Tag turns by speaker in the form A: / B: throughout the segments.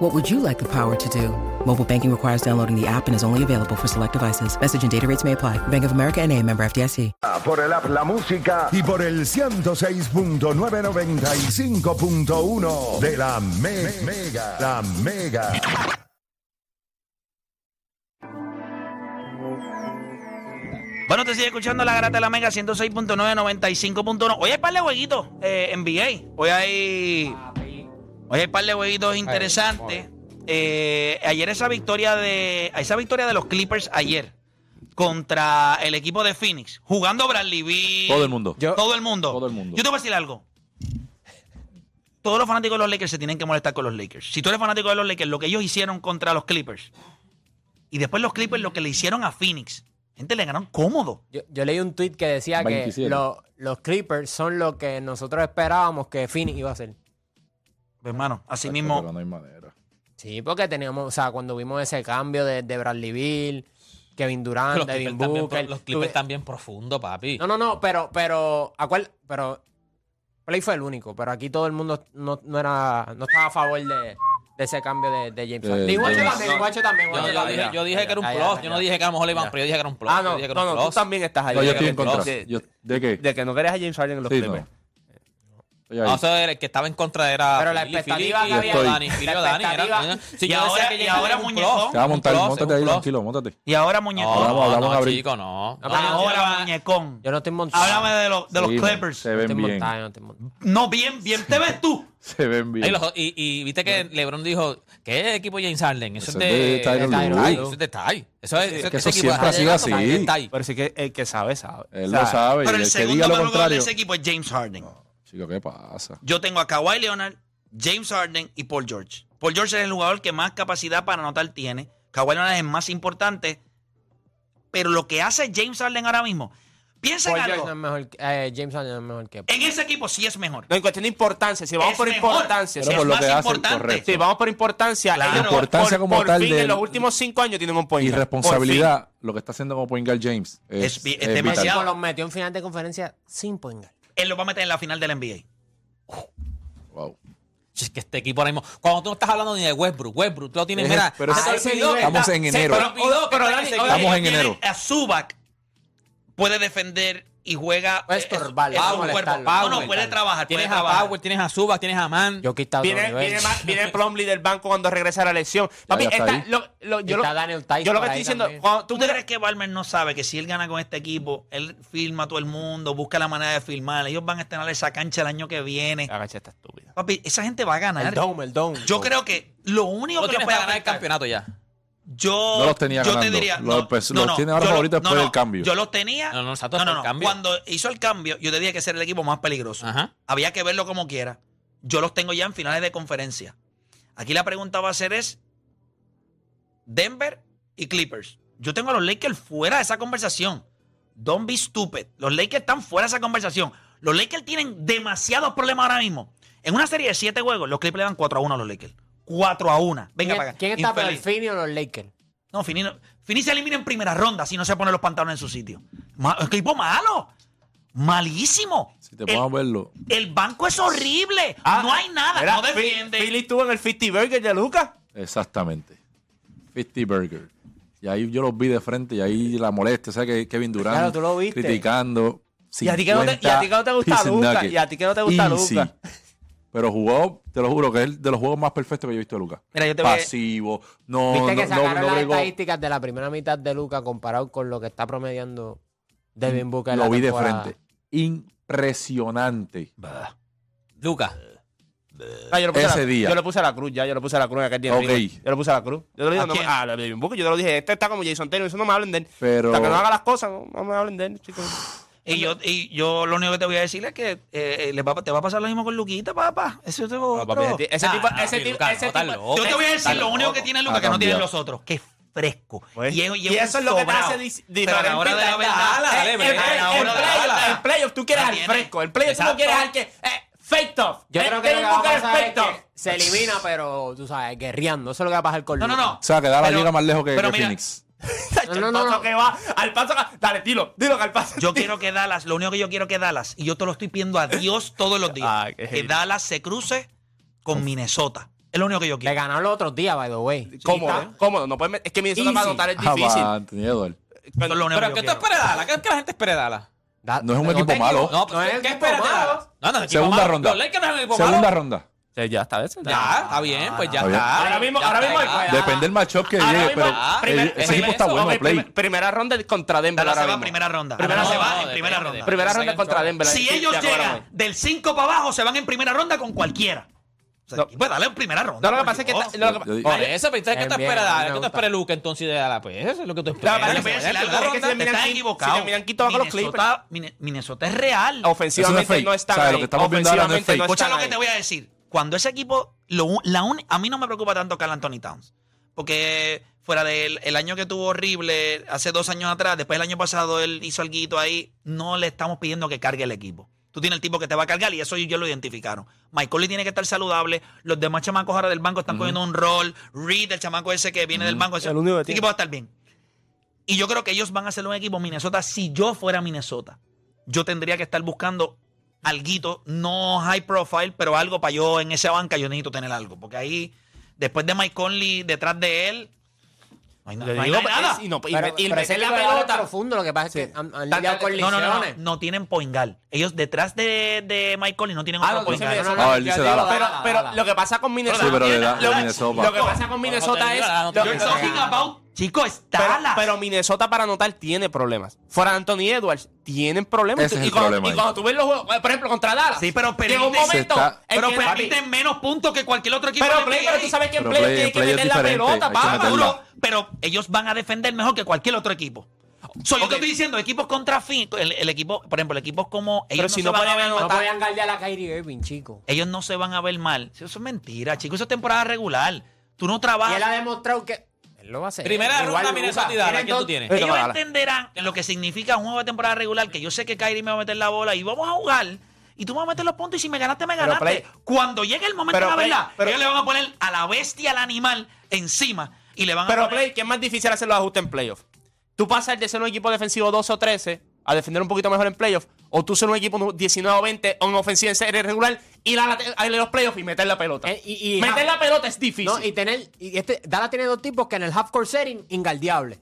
A: What would you like the power to do? Mobile banking requires downloading the app and is only available for select devices. Message and data rates may apply. Bank of America and a member FDIC.
B: Ah, por el app La Música y por el 106.995.1 de la me- Mega. La Mega.
C: Bueno, te sigue escuchando la grata de la Mega 106.9, 95.1. Hoy hay par de jueguitos eh, NBA. Hoy hay. Hoy hay par de jueguitos interesantes. Eh, ayer esa victoria de. Esa victoria de los Clippers ayer contra el equipo de Phoenix. Jugando Bradley Beal.
D: Todo el mundo.
E: Yo-
C: todo el mundo.
D: Todo el mundo.
C: Yo te voy a decir algo. Todos los fanáticos de los Lakers se tienen que molestar con los Lakers. Si tú eres fanático de los Lakers, lo que ellos hicieron contra los Clippers. Y después los Clippers, lo que le hicieron a Phoenix. Gente, le ganaron cómodo.
E: Yo, yo leí un tweet que decía que
D: 27.
E: lo- los Clippers son lo que nosotros esperábamos que Phoenix iba a ser.
C: Pues, hermano, así
D: Tacho,
C: mismo.
D: pero no hay manera.
E: Sí, porque teníamos, o sea, cuando vimos ese cambio de, de Bradley Bill, Kevin Durant,
F: Los
E: Devin
F: Clippers, también,
E: Booker.
F: los
E: tuve-
F: Clippers también profundo, papi.
E: No, no, no, pero, pero, ¿a cuál? Pero, Play fue el único, pero aquí todo el mundo no, no era, no estaba a favor de, de ese cambio de, de James
D: De-
E: Harden. Y Guacho
D: de-
E: también,
F: no,
E: Guacho también,
F: Yo-
E: Guacho
F: yo,
E: también.
F: dije, yo dije que era un
E: Ya, ya,
F: plus.
E: ya,
F: yo no
E: ya.
F: dije que éramos Lebron, pero yo dije que era un plus.
E: Ah,
F: yo
E: no,
F: dije que era
E: no,
F: un
E: no, tú
F: plus.
E: también estás ahí.
D: No, yo
F: que
D: estoy en
F: los
D: contra.
F: Clippers.
D: Yo- ¿De Ah, qué?
G: de que no querías a James Harden en los
D: Sí,
G: Clippers.
D: no. Estoy ahí.
F: No, o sea, el que estaba en contra era.
E: Pero la
F: Philly,
E: expectativa
F: Philly,
E: que
F: Philly,
D: había-
F: Dani, Philly,
E: la
F: Dani, era-
E: expectativa-
F: Si
C: Y
F: yo decía
C: ahora-
F: que
C: y
F: James
C: ahora
F: era un plus,
C: muñecón.
D: Te vas a montar,
F: un plus,
D: móntate
F: un
D: ahí,
F: plus.
D: tranquilo, móntate.
C: Y ahora,
F: No,
C: muñecón.
D: Hablamos, hablamos,
F: no,
D: Abril.
F: chico, no.
E: No, pero yo-
C: ahora,
F: Ahora,
C: muñecón.
E: Ah, Yo no estoy montado.
C: Háblame de, los de los
D: Sí,
C: Clippers.
D: Se
E: no estoy
D: ven bien.
E: montado, yo no estoy montado.
C: No, bien, bien te ves tú.
D: Se ven
F: Ahí
D: bien.
F: los- y, y viste que LeBron dijo: ¿Qué equipo James Harden? Eso,
D: Eso
F: es de.
D: es de Tyronn
F: Ty,
E: Lue.
F: Eso es de Ty. Eso es.
D: que
F: ese
D: eso
F: equipo
D: siempre ha sido
F: está
D: así.
F: llegando, está en Ty.
G: Pero sí que el que sabe, sabe.
D: Él
G: O sea,
D: lo sabe.
C: Pero
D: y
C: el
D: el que
C: segundo
D: diga lo
C: mejor jugador de
D: contrario.
C: ese equipo es James Harden.
D: Chico, ¿qué pasa?
C: Yo tengo a Kawhi Leonard, James Harden y Paul George. Paul George es el jugador que más capacidad para anotar tiene. Kawhi Leonard es el más importante. Pero lo que hace James Harden ahora mismo, piensa en
E: Paul George no es
C: algo.
E: mejor, que- eh, James Harden no es mejor que
C: En ese equipo sí es mejor.
G: No, en cuestión de importancia, si vamos
C: Es
G: por
C: mejor.
G: importancia,
D: Pero
G: si,
C: es
D: por lo
C: más
D: que hace,
C: importante.
D: correcto.
G: si vamos por importancia,
C: Claro.
G: ellos
D: Importancia
G: por,
D: como
G: por
D: tal
G: fin
D: de-
G: en los últimos cinco años tienen un point
D: Y
G: guard.
D: responsabilidad, lo que está haciendo como point guard James. Es,
C: Es vi- es
D: es vital.
C: demasiado.
E: Los metió en final de conferencia sin point guard.
C: Él lo va a meter en la final del NBA.
D: Wow.
F: Si Es que este equipo ahora mismo. Cuando tú no estás hablando ni de Westbrook, Westbrook, tú lo tienes.
D: Es-
F: Mira,
D: pero
F: se te
E: ese
F: olvidó que
E: nivel.
D: Estamos
F: está-
D: en
F: se
D: enero.
F: te olvidó que
G: Pero,
F: está en ese
G: Dani, ok,
F: equipo.
D: Estamos en
C: Tiene
D: enero.
C: A Zubac puede defender y juega.
E: Puede estorbarle,
C: es- es
E: no
C: un
E: molestarlo,
C: cuerpo.
E: no
C: No, no, puede
E: molestarlo.
C: trabajar. Puede
F: Tienes a
C: trabajar.
F: Power, tienes a Suba, tienes a Man.
E: Yo quitado otro
G: Viene,
E: nivel.
G: viene, ma- viene Plumlee del banco cuando regresa a la elección. Papi,
D: ya está
G: está-
D: ahí.
G: lo, lo- yo,
E: Está
G: lo,
E: Daniel Tice
G: yo lo
E: por
G: que
E: ahí
G: estoy diciendo,
E: también.
G: cuando tú
C: ¿Tú te crees que Balmer no sabe que si él gana con este equipo, él firma a todo el mundo, busca la manera de firmar? Ellos van a estrenar esa cancha el año que viene.
G: Agacha esta estúpida.
C: Papi, esa gente va a
E: El
C: ganar.
E: dome, el dome.
C: Yo creo que lo único
F: No
C: que le
F: tienes
C: puede
F: para ganar el
C: afectar-
F: campeonato ya.
C: Yo,
D: No los tenía
C: yo te
D: ganando.
C: diría.
D: Los empezó- los tiene ahora
C: yo lo-
D: favoritos después del cambio.
C: Yo los tenía.
F: No, no, exacto,
C: no, no,
F: por
C: no.
F: el cambio.
C: Cuando hizo el cambio, yo te dije que ser el equipo más peligroso.
F: Ajá.
C: Había que verlo como quiera. Yo los tengo ya en finales de conferencia. Aquí la pregunta va a ser es Denver y Clippers. Yo tengo a los Lakers fuera de esa conversación. Don't be stupid. Los Lakers están fuera de esa conversación. Los Lakers tienen demasiados problemas ahora mismo. En una serie de siete juegos, los Clippers le dan 4 a 1 a los Lakers. 4 a 1. Venga
E: ¿Quién,
C: para acá.
E: ¿quién está para el
C: Infeliz.
E: Phoenix o los Lakers?
C: No, Fini, no- Fini se elimina en primera ronda si no se pone los pantalones en su sitio. Ma- equipo malo. Malísimo.
D: Si te
C: El-
D: pongo a verlo.
C: el banco es horrible.
G: Ah,
C: no hay nada.
G: mira,
C: no
G: Phil-
C: defiende.
G: Philly estuvo en el 50 Burger de Lucas.
D: Exactamente. 50 Burger. Y ahí yo los vi de frente y ahí la molestia. ¿Sabes que Kevin Durant
E: Claro, tú lo viste.
D: criticando?
G: Y a ti que no te-
D: 50
G: y a ti que no te gusta
D: piece and
G: Luka,
D: nugget.
G: y a ti que no te gusta
D: Easy.
G: Luka.
D: Pero jugó, te lo juro, que es de los juegos más perfectos que yo he visto de Lucas.
C: Mira, yo te voy a-
D: Pasivo, no,
E: Viste
D: no,
E: que
D: no,
E: sacaron
D: no
E: las
D: bregó.
E: estadísticas de la primera mitad de Luca comparado con lo que está promediando Devin Booker. en
D: Mm, Lo
E: la
D: vi de
E: temporada.
D: frente. Impresionante.
F: Lucas.
G: Ah, yo le puse
D: Ese
G: la-
D: día.
G: Yo le puse a la cruz, ya, yo le puse a la cruz en aquel día.
D: Ok.
G: primo. Yo le puse a la cruz. Yo le dije,
C: ¿A
G: no, me-
C: quién?
G: ah, lo de Devin Booker, yo lo dije, este está como Jason Taylor, eso no me hablen de él.
D: Pero-
G: Hasta que no haga las cosas, no, no me hablen de él, chicos.
C: Y yo, y yo lo único que te voy a decir es que eh, le va- te va a pasar lo mismo con Luquita, papá. Eso es otro.
G: papi, ese tipo-
F: Ah,
G: ese
F: sí,
G: tipo-
F: Lucas,
G: ese
F: no, estás
G: tipo-
F: loco.
C: yo te voy a decir
F: Estás
C: lo único
F: loco.
C: que tiene
D: Ha
C: Luca que no tienen
D: cambiado.
C: los otros. Que fresco.
G: Pues,
C: y, es- y es
G: y
C: un
G: eso es lo que te
C: sobrao.
G: hace dis-
C: Pero a la hora de la
G: diferente.
C: verdad,
F: Dale, dale,
C: eh,
F: dale,
C: eh, a la
F: dale, dale,
C: hora de la
F: dale,
C: verdad,
F: dale.
G: El playoff tú quieres
C: La
G: al
C: tiene.
G: fresco. El playoff tú no
F: Exacto.
G: quieres al que. eh, fake tough.
E: Yo
G: Eh,
E: creo que lo que
G: tenemos
E: va a
G: buscar el
E: pasar es
G: fake
E: que
G: tough.
E: se elimina, pero tú sabes, guerreando. Eso es lo que va a pasar con
C: No, no,
E: Luka.
C: no.
D: O sea, que Dallas
C: Pero-
D: llega más lejos que,
C: pero
D: que
C: mira,
D: Phoenix.
G: Tacho,
E: No, no,
G: el
E: no,
G: paso
E: no.
G: que va. Al paso que- Dale, dilo. Dilo que al paso.
C: Yo quiero que Dallas, lo único que yo quiero que Dallas, y yo te lo estoy pidiendo a Dios todos los días,
G: Ah, qué
C: que
G: genio.
C: Dallas se cruce con Minnesota. Es lo único que yo
E: Le
C: quiero.
E: ganaron los otros días, by the way.
G: Cómodo, ¿eh? cómodo. No puedes met- Es que Minnesota para
E: Easy.
G: anotar es
D: Ah,
G: difícil.
D: va, Anthony Edwards.
C: Eso es lo único que
F: Pero ¿qué tú
C: yo quiero.
F: esperas de Dallas? ¿Qué es que la gente espera de Dallas?
E: Da-
D: No es un
E: pero
D: equipo
E: te
D: malo.
E: equivo-
F: No,
E: no es
F: ¿qué
E: equipo
F: esperas de Dallas?
E: malo.
F: No, no, equipo
D: Segunda
F: malo.
D: ronda.
F: Los Lakers no es un equipo
D: Segunda
F: malo.
D: ronda.
G: Ya está, eso
F: Ya, está bien, pues ya
D: Está bien.
F: está.
G: Ahora mismo-
F: Ya
G: ahora
F: está.
G: mismo hay-
D: Depende del matchup que
G: Ahora
D: llegue,
G: mismo,
D: pero
G: Ah, primer-
D: el- ese
G: primer-
D: equipo está
G: eso,
D: bueno,
G: ok,
D: play.
G: prim- primera ronda contra Denver.
C: Dallas se
G: ahora
C: va en
G: mismo.
C: primera ronda.
G: Primera
C: Dallas se
G: ronda.
C: va en
F: depende,
C: primera
F: depende.
C: ronda.
G: Primera
F: Second
G: ronda contra
F: round.
G: Denver.
C: Si
G: Sí,
C: ellos
G: ya acabaron
C: llegan
G: ahí.
C: del 5 para abajo, se van en primera ronda con cualquiera. O sea,
G: No.
C: Pues dale en primera ronda.
G: No, lo que
C: por
G: pasa es que.
C: Dios.
G: ta- lo que-
D: Yo digo-
F: Por eso, pensás que te
E: Bien,
F: espera
E: bien,
F: de Dallas.
E: me
F: ¿Qué te
E: gusta.
F: espera Luca entonces de Dallas? Pues eso es lo que tú
G: La
F: esperas.
G: verdad
C: Dale,
G: es
C: voy
G: que
C: a
F: Eso,
C: decir
F: ¿eh?
C: algo,
G: Dallas
C: es que te
G: que si
C: estás
G: Minnesota-
C: equivocado.
G: si Minnesota va con los
C: Minnesota- Mine- Minnesota es real.
D: Eso no es
G: ofensivamente
D: fake.
G: no están
D: O sea,
G: ahí.
D: lo que estamos viendo ahora no es
G: Ofensivamente
D: fake.
C: Escucha
G: están
C: lo que
G: ahí.
C: te voy a decir. Cuando ese equipo, lo un- la un- a mí no me preocupa tanto Carl Anthony Towns. Porque fuera del el año que tuvo horrible, hace dos años atrás, después el año pasado él hizo algo ahí, no le estamos pidiendo que cargue el equipo. Tú tienes el tipo que te va a cargar y eso ellos lo identificaron. Michael Lee tiene que estar saludable. Los demás chamacos ahora del banco están poniendo un rol. Reed, el chamaco ese que viene del banco. Ese,
G: El único que
C: ese
G: tiene.
C: equipo va a estar bien. Y yo creo que ellos van a ser un equipo Minnesota. Si yo fuera Minnesota, yo tendría que estar buscando alguito, no high profile, pero algo para yo en esa banca yo necesito tener algo. Porque ahí, después de Mike Conley, detrás de él, no hay, na-
G: Le
C: no hay
G: digo,
C: na- nada.
G: es- y no- pues, y
E: Pero,
G: me- y
E: pero
G: meter
E: ese
G: la
E: equipo de Dallas es
G: pelota.
E: profundo, lo que pasa es que han, han
G: Tanta-
E: lidiado con
C: No, no, no, no,
E: lesiones.
C: no tienen point guard. Ellos detrás de, de Mike Conley no tienen
E: Ah,
C: otro
E: no,
C: point
E: dice
C: guard.
E: Minnesota.
D: No, él dice
E: Yo digo
D: Dallas.
G: Pero,
E: Dallas,
G: pero
E: Dallas.
G: lo que pasa con Minnesota.
D: Sí, pero de
G: lo,
D: da- de Minnesota.
G: lo que pasa con Minnesota es.
F: Dallas,
G: lo-
F: Dallas,
C: You're
F: Dallas.
C: talking about- Chico, es
G: pero,
C: Dallas.
G: pero Minnesota para anotar tiene problemas. Fuera de Anthony Edwards, tienen problemas.
D: Ese es
G: y,
D: el
G: cuando,
D: problema
G: y
D: ahí.
G: cuando tú ves los juegos, por ejemplo, contra Dallas.
C: Sí, pero
G: llega un
C: permite-
G: momento.
D: Se está-
G: en
C: pero
G: que-
C: permiten menos puntos que cualquier otro equipo.
G: Pero,
C: de
G: Play,
C: NBA.
G: pero tú sabes que en
D: Pero
G: Play
D: Play-
G: tienes que
D: Play es
G: meter la
D: diferente,
G: pelota,
D: hay que
G: papá.
D: meterla.
G: Uno-
C: Seguro, pero ellos van a defender mejor que cualquier otro equipo. So, yo te estoy diciendo, equipos contra fin, el, el equipo, por ejemplo, equipos como ellos
G: Pero si
C: se
G: no
C: van a
G: podían
C: ver
E: No
C: mal.
E: podían guardiar a Kyrie Irving, chico.
C: ellos no se van a ver mal. Eso es mentira, chicos, eso es temporada regular. Tú no
E: Y él ha
C: trabajas.
E: demostrado que él lo va a hacer.
F: Primera
E: Igual
F: ronda
E: Luka.
F: Minnesota y Dallas. ¿Quién tú tienes?
C: Ellos
G: Tómala.
C: entenderán lo que significa un juego de temporada regular, que yo sé que Kyrie me va a meter la bola y vamos a jugar. Y tú me vas a meter los puntos y si me ganaste, me
G: Pero,
C: ganaste.
G: Play-
C: Cuando llegue el momento
G: Pero,
C: de la
G: Play,
C: verdad,
G: pero-
C: ellos le van a poner a la bestia, al animal, encima y le van a
G: Pero
C: poner-
G: Play, que es más difícil hacer los ajustes en playoff. Tú pasas de ser un equipo defensivo 12 o 13 a defender un poquito mejor en playoff, o tú ser un equipo 19 o 20 o en ofensiva en serie regular, ir a, la- a los playoffs y meter la pelota.
E: Eh, y- y-
G: meter la pelota es difícil.
E: No, y tener. Y este, Dallas tiene dos tipos que en el half court setting, ingaldeable.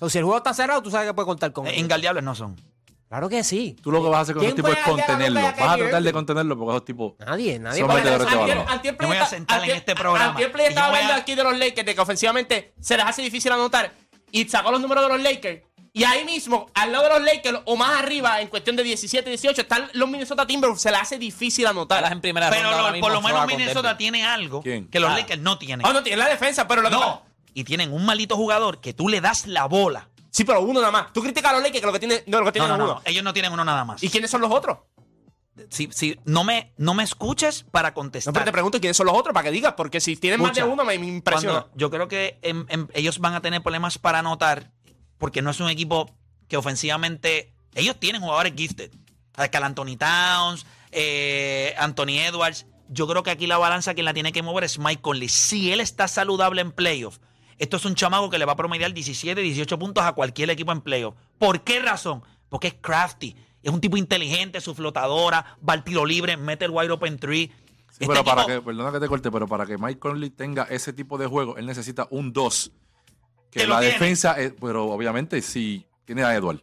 E: O si el juego está cerrado, tú sabes que puedes contar con
C: Eh,
E: él.
C: Engaldeables no son.
E: Claro que sí.
D: Tú lo que vas a hacer con
E: ¿Quién
D: esos tipos es
E: puede guardiar a Luka
D: contenerlo.
E: y a Ah,
D: Vas a
E: Kyrie
D: tratar de
E: Irving?
D: contenerlo porque esos tipos
E: Nadie, nadie
D: son
E: puede
D: metedores de
E: hacer-
D: balón.
G: Antier
C: Me voy a
G: Play-
C: sentar en
G: Antier-
C: este programa.
G: Antier Play
C: Y yo
G: estaba
C: voy a-
G: hablando aquí de los Lakers, de que ofensivamente se les hace difícil anotar, y sacó los números de los Lakers. Y ahí mismo, al lado de los Lakers, o más arriba, en cuestión de 17, 18, están los Minnesota Timberwolves. Se les hace difícil anotar.
F: Dallas en primera
C: Pero
F: ronda.
C: lo-
F: ahora mismo
C: por lo
F: juega
C: menos
F: con
C: Minnesota
F: Denver.
C: tiene algo
D: ¿Quién?
C: que los
F: Ah.
C: Lakers no tienen.
G: Ah, no, tiene la defensa, pero lo que
C: no.
G: pasa-
C: Y tienen un malito jugador que tú le das la bola.
G: Sí, pero uno nada más. Tú criticas a los Lakers que lo que tiene, no, lo que
C: No,
G: tienen
C: no,
G: es
C: no,
G: uno.
C: no. Ellos no tienen uno nada más.
G: ¿Y quiénes son los otros?
C: si, si no, me, no me escuches para
G: No,
C: contestar.
G: pero te pregunto quiénes son los otros para que digas, porque si tienen más de
C: Escucha,
G: uno me, me impresiona.
C: cuando- yo creo que em- em- ellos van a tener problemas para anotar porque no es un equipo que ofensivamente... Ellos tienen jugadores gifted. Cal Anthony Towns, eh, Anthony Edwards. Yo creo que aquí la balanza quien la tiene que mover es Mike Conley. Si él está saludable en playoff, esto es un chamaco que le va a promediar 17, 18 puntos a cualquier equipo en playoff. ¿Por qué razón? Porque es crafty. Es un tipo inteligente, su flotadora, va al tiro libre, mete el wide open three.
D: Sí,
C: Este
D: pero para
C: equipo-
D: que, perdona que te corte, pero para que Mike Conley tenga ese tipo de juego, él necesita un 2. Que,
C: Que lo
D: la
C: tiene.
D: defensa, es- pero obviamente sí, tiene a Edward.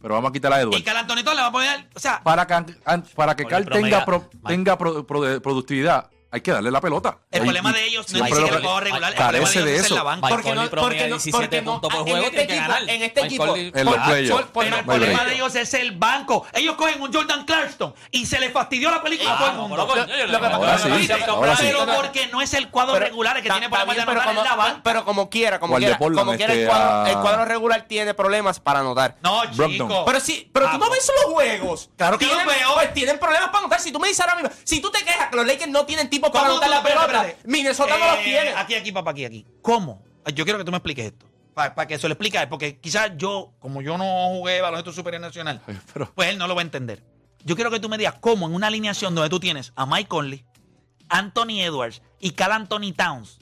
D: Pero vamos a quitar a Edward.
C: Y Cal Anthony Towns le va a poner... O sea,
D: Para que, an- para que
F: Oye,
D: Carl
F: pero
D: tenga,
F: mega-
D: pro-
F: Mike.
D: tenga pro- pro- productividad, hay que darle la pelota.
C: El
D: Y-
C: problema
D: y
C: de ellos no es
D: siempre
C: ni siquiera
D: lo-
C: el juego regular. El
D: carece
C: problema de ellos
D: de
C: es en
D: eso.
C: la banca.
F: Mike Conley promedia 17 puntos por
G: en
F: juego,
G: este
F: tiene que
G: equipo,
F: ganar.
G: en este
F: Mike
G: equipo,
F: Conley-
D: En los
G: por-
D: playoffs.
G: por-
C: Pero el
D: Bye,
C: problema
D: break.
C: de ellos es el banco. Ellos cogen un Jordan Clarkson y se les fastidió la película a todo el
F: Ah,
C: mundo.
F: no, pero coño,
G: Lo que-
F: yo le-
D: Ahora
F: yo
D: sí,
F: le- yo le-
D: ahora sí.
C: Pero porque no es el cuadro
G: pero-
C: regular el que
G: ta-
C: tiene
G: ta-
C: problemas de
G: bien, pero
C: anotar en
G: como-
C: la banca.
G: Pero como quiera, como quiera,
D: Guardapola,
G: como quiera, el
D: este,
G: cuadro,
D: ah.
G: el cuadro regular tiene problemas para anotar.
C: No,
D: Brogdon.
C: chico.
G: Pero sí, pero tú
C: Ah,
G: no ves los juegos.
C: Claro que
G: tienen,
C: los veo.
G: pues, tienen problemas para anotar. Si tú me dices ahora mismo, si tú te quejas que los Lakers no tienen tipo para
C: ¿Cómo
G: anotar
C: tú-
G: la
C: espérate,
G: pelota,
C: espérate.
G: Minnesota no
C: Eh,
G: los tiene.
C: Aquí, aquí, papá, aquí, aquí. ¿Cómo? Yo quiero que tú me expliques esto. Para que se lo explique, a él, porque quizás yo, como yo no jugué baloncesto superior nacional,
D: Pero,
C: pues él no lo va a entender. Yo quiero que tú me digas cómo en una alineación donde tú tienes a Mike Conley, Anthony Edwards y Cal Anthony Towns,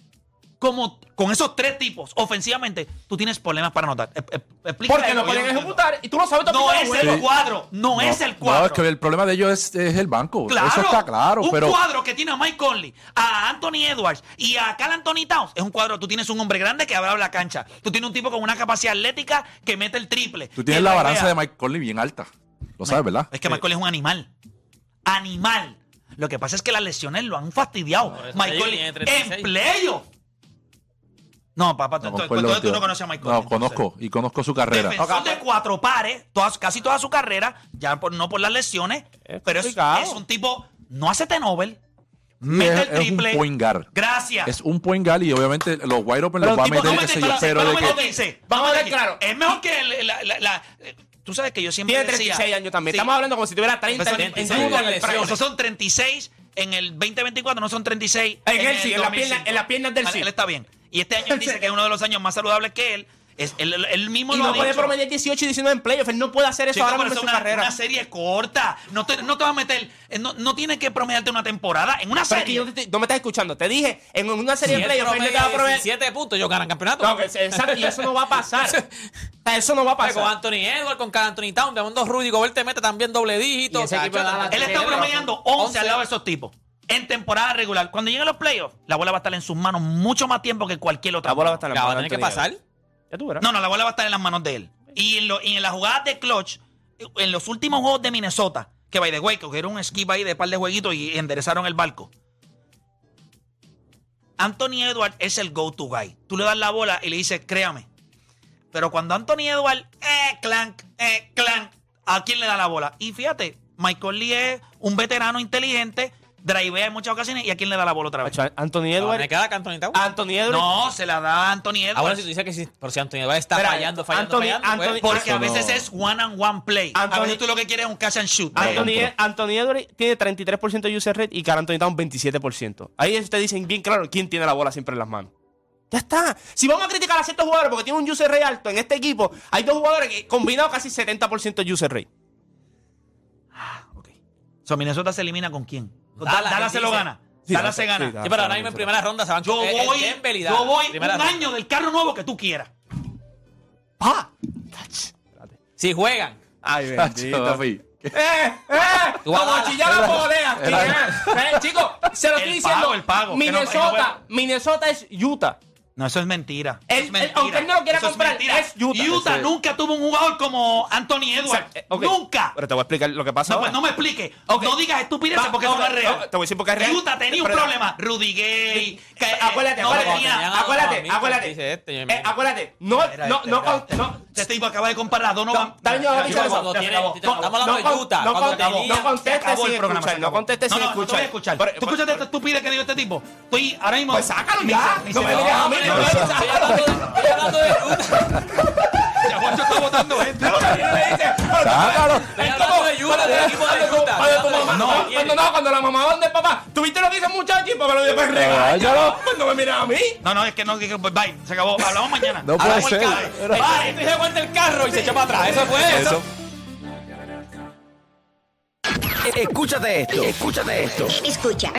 C: cómo con esos tres tipos, ofensivamente, tú tienes problemas para anotar. E- e- explícame
G: Porque
C: eso,
G: no
C: yo
G: pueden
C: entiendo.
G: ejecutar y tú no sabes tu
C: No
G: opinión,
C: es
G: güey.
C: el
D: Sí.
C: cuadro, no, es el cuadro.
D: No, es que el problema de ellos es, es el banco.
C: Claro,
D: Eso está claro.
C: Un
D: pero
C: cuadro que tiene a Mike Conley, a Anthony Edwards y a Cal Anthony Towns es un cuadro. Tú tienes un hombre grande que abre la cancha. Tú tienes un tipo con una capacidad atlética que mete el triple.
D: tú tienes la balanza de Mike Conley bien alta. Lo sabes, ¿verdad?
C: Es que Mike
G: Eh,
C: Conley es un animal. Animal. Lo que pasa es que las lesiones lo han fastidiado.
F: eso
C: Mike
F: ahí
C: Conley
F: tiene
C: en
F: 36.
C: playoff. No, papá, tú, tú-
D: concuerdo
C: tú- tú
D: contigo.
C: no conoces a Mike Conley.
D: pues, No, conozco y conozco su carrera.
C: Defensor de cuatro pares, todas- casi toda su carrera, ya por, no por las lesiones,
E: Es
C: pero es,
E: complicado.
C: es un tipo, no hace tenover,
D: Sí,
C: mete
D: es-
C: el triple.
D: Es un point guard.
C: Gracias.
D: Es un point guard y obviamente los wide open los va a
C: tipo,
D: meter,
C: no
D: qué
C: mete-
D: sé yo,
C: pero-
D: pero
C: pero
D: de
C: bueno,
D: que-
C: que dice,
G: Vamos a ver,
C: aquí,
G: claro.
C: Es mejor que el- la, la- la- eh, Tú sabes que yo siempre
G: Tiene
C: decía...
G: 36 años también.
C: Sí. Pues
G: Estamos hablando como si tuviera 30 en- en
F: 36
G: duda
F: años.
G: en el prime.
C: Esos son 36 en el 2024, no son 36.
G: En él sí, en las
C: 2005.
G: piernas- en las piernas del
C: Él-
G: sí.
C: Él está bien. Y este año él dice que es uno de los años más saludables que él. Es, él, él- él mismo
G: Y
C: lo
G: no
C: ha
G: puede
C: dicho.
G: promediar 18 y 19 en playoff. Él no puede hacer eso
C: Chico,
G: ahora
C: pero
G: mismo en
C: es
G: su
C: una,
G: carrera.
C: una serie corta. No te, no te vas a meter. eh, No, no tienes que promediarte una temporada. En una
G: Pero es que
C: serie.
G: yo no, te estoy- no me estás escuchando. Te dije, en una serie
F: Si
G: de
F: él
G: playoff, él no te va a
F: promedia
G: proveer.
F: 17 puntos, ellos ganan campeonato.
G: No, que- exacto, y eso no va a pasar. O sea, eso no va a
F: Con
G: pasar.
F: Anthony Edwards, con Carl Anthony Town, de Amondo Rudy Gobert te mete también doble dígito.
E: Y ese equipo da la-
C: Él está promediando 11 al lado de esos tipos. En temporada regular. Cuando lleguen los playoffs, la bola va a estar en sus manos mucho más tiempo que cualquier otra.
G: La bola va a estar en
F: La va a
G: mano de
F: tener que
G: Anthony
F: pasar.
G: Davis. Ya tú verás.
C: No, no, la bola va a estar en las manos de él. Y en, lo- y en las jugadas de clutch, en los últimos juegos de Minnesota, que by the way, que era un skip ahí de par de jueguitos y enderezaron el barco. Anthony Edwards es el go-to guy. Tú le das la bola y le dices, créame. Pero cuando Anthony Edwards, eh, clank, eh, clank, ¿a quién le da la bola? Y fíjate, Michael Lee es un veterano inteligente, drivea en muchas ocasiones, ¿y a quién le da la bola otra vez?
G: Macho, Anthony
F: Me
G: Edwards.
F: queda Anthony Town.
G: Anthony Edwards.
C: No, se la da a Anthony Edwards.
F: Ahora si tú dices que sí, por si Anthony Edwards está
G: Espera,
F: fallando, fallando,
G: Anthony-
F: fallando. pues,
G: Anthony-
C: Porque a
D: Eso
C: veces
D: no.
C: es one and one play. a
G: Anthony-
C: veces tú lo que quieres es un catch and shoot.
G: Anthony, E,
D: Pero-
G: Anthony Edwards tiene 33% de user rate y Carl Anthony Towns 27%. Ahí ustedes dicen bien claro quién tiene la bola siempre en las manos. Ya está. Si vamos a criticar a ciertos jugadores porque tienen un user rate alto en este equipo, hay dos jugadores que combinados casi 70% de user rate.
C: Ok. So, Minnesota se elimina con quién? Con
F: Dallas,
C: Dallas, Dallas se
F: él
C: lo
F: dice.
C: gana.
G: Sí,
C: Dallas se
G: sí,
C: gana.
G: Dallas.
F: Sí, pero ahora mismo en primera ronda se van
C: Yo
F: el- el
C: voy,
F: Eh, Denver y
C: yo
F: Dallas.
C: voy un
F: Primera ronda.
C: año del carro nuevo que tú quieras.
G: ¡Pa!
F: Si juegan.
G: Ay,
D: Chacho, papi.
G: ¡Eh! ¡Eh!
F: Tú
G: Como
F: vas a-
G: chillar la polea. Eh,
D: Era-
G: Chicos, se lo
C: El
G: estoy
C: pago,
G: diciendo.
C: el pago, que no-
G: Minnesota, Minnesota es Utah.
C: No, eso es mentira. Eso
G: El-
C: es mentira.
G: el- aunque él no lo quiera
C: Eso
G: comprar,
C: mentira.
G: es Utah.
D: Ese-
C: nunca tuvo un jugador como Anthony
G: O sea,
C: Edwards.
G: eh, ok.
C: Nunca.
G: Pero te voy a explicar lo que pasa.
C: No,
G: ahora.
C: pues no me expliques.
G: Ok.
C: No digas estupideces
G: Va,
C: porque eso
G: ok,
C: no es real.
G: ok, te voy a decir porque es real.
C: Utah tenía un
G: Pero-
C: problema. Rudy Gay. que, eh,
G: Acuérdate,
C: no
G: acuérdate,
C: tenía-
G: acuérdate,
F: Mira,
G: acuérdate.
F: dice este, yo
G: Eh,
F: mira.
G: acuérdate, no,
C: Era
G: no,
C: este,
G: no,
C: era
G: no,
C: este.
G: no,
C: Este tipo acaba de comparar a Donovan.
G: Da- Daño,
C: Ya,
G: ahorita
C: ya,
G: lo-
C: ya,
F: cuando
C: ya, se
F: tiene-
C: acabó.
F: tiene- Estamos hablando de
G: con-
F: Utah,
G: No,
F: cuando
G: con-
F: tenía-
G: no contestes
C: Se acabó
G: sin
C: el programa,
G: escuchar,
C: se
G: no
C: acabó.
G: contestes
C: No,
G: sin
C: no, no te voy a
G: escuchar.
C: escuchar.
G: Pero-
C: ¿Tú escuchaste esta estupidez que dijo este tipo? Estoy ahora mismo...
G: Pues sácalo ya.
C: Ni se- ni
G: No me
C: se-
G: dejes a mí.
C: hombre,
G: no me dejes a-
F: Estoy hablando de- estoy hablando de Utah.
C: Ya, Juancho está votando gente.
D: Sácalo.
F: Estoy hablando de Utah, del equipo de Utah.
G: Cuando tu mamá-
F: No,
G: cuando- cuando no, cuando la mamá de papá, ¿tuviste lo que hizo el muchacho? Y papá lo dio, pues regáñalo, pues no me miras a mí.
C: No, no, es que no, dije, pues bye, se acabó. Hablamos mañana.
D: No puede
C: Hablamos el
D: ser.
C: carro.
D: Era-
C: Bye.
F: Este se aguanta el carro y se echa para atrás. Eso fue eso.
D: Eso.
H: Escúchate esto. Escúchate esto.
I: Escucha.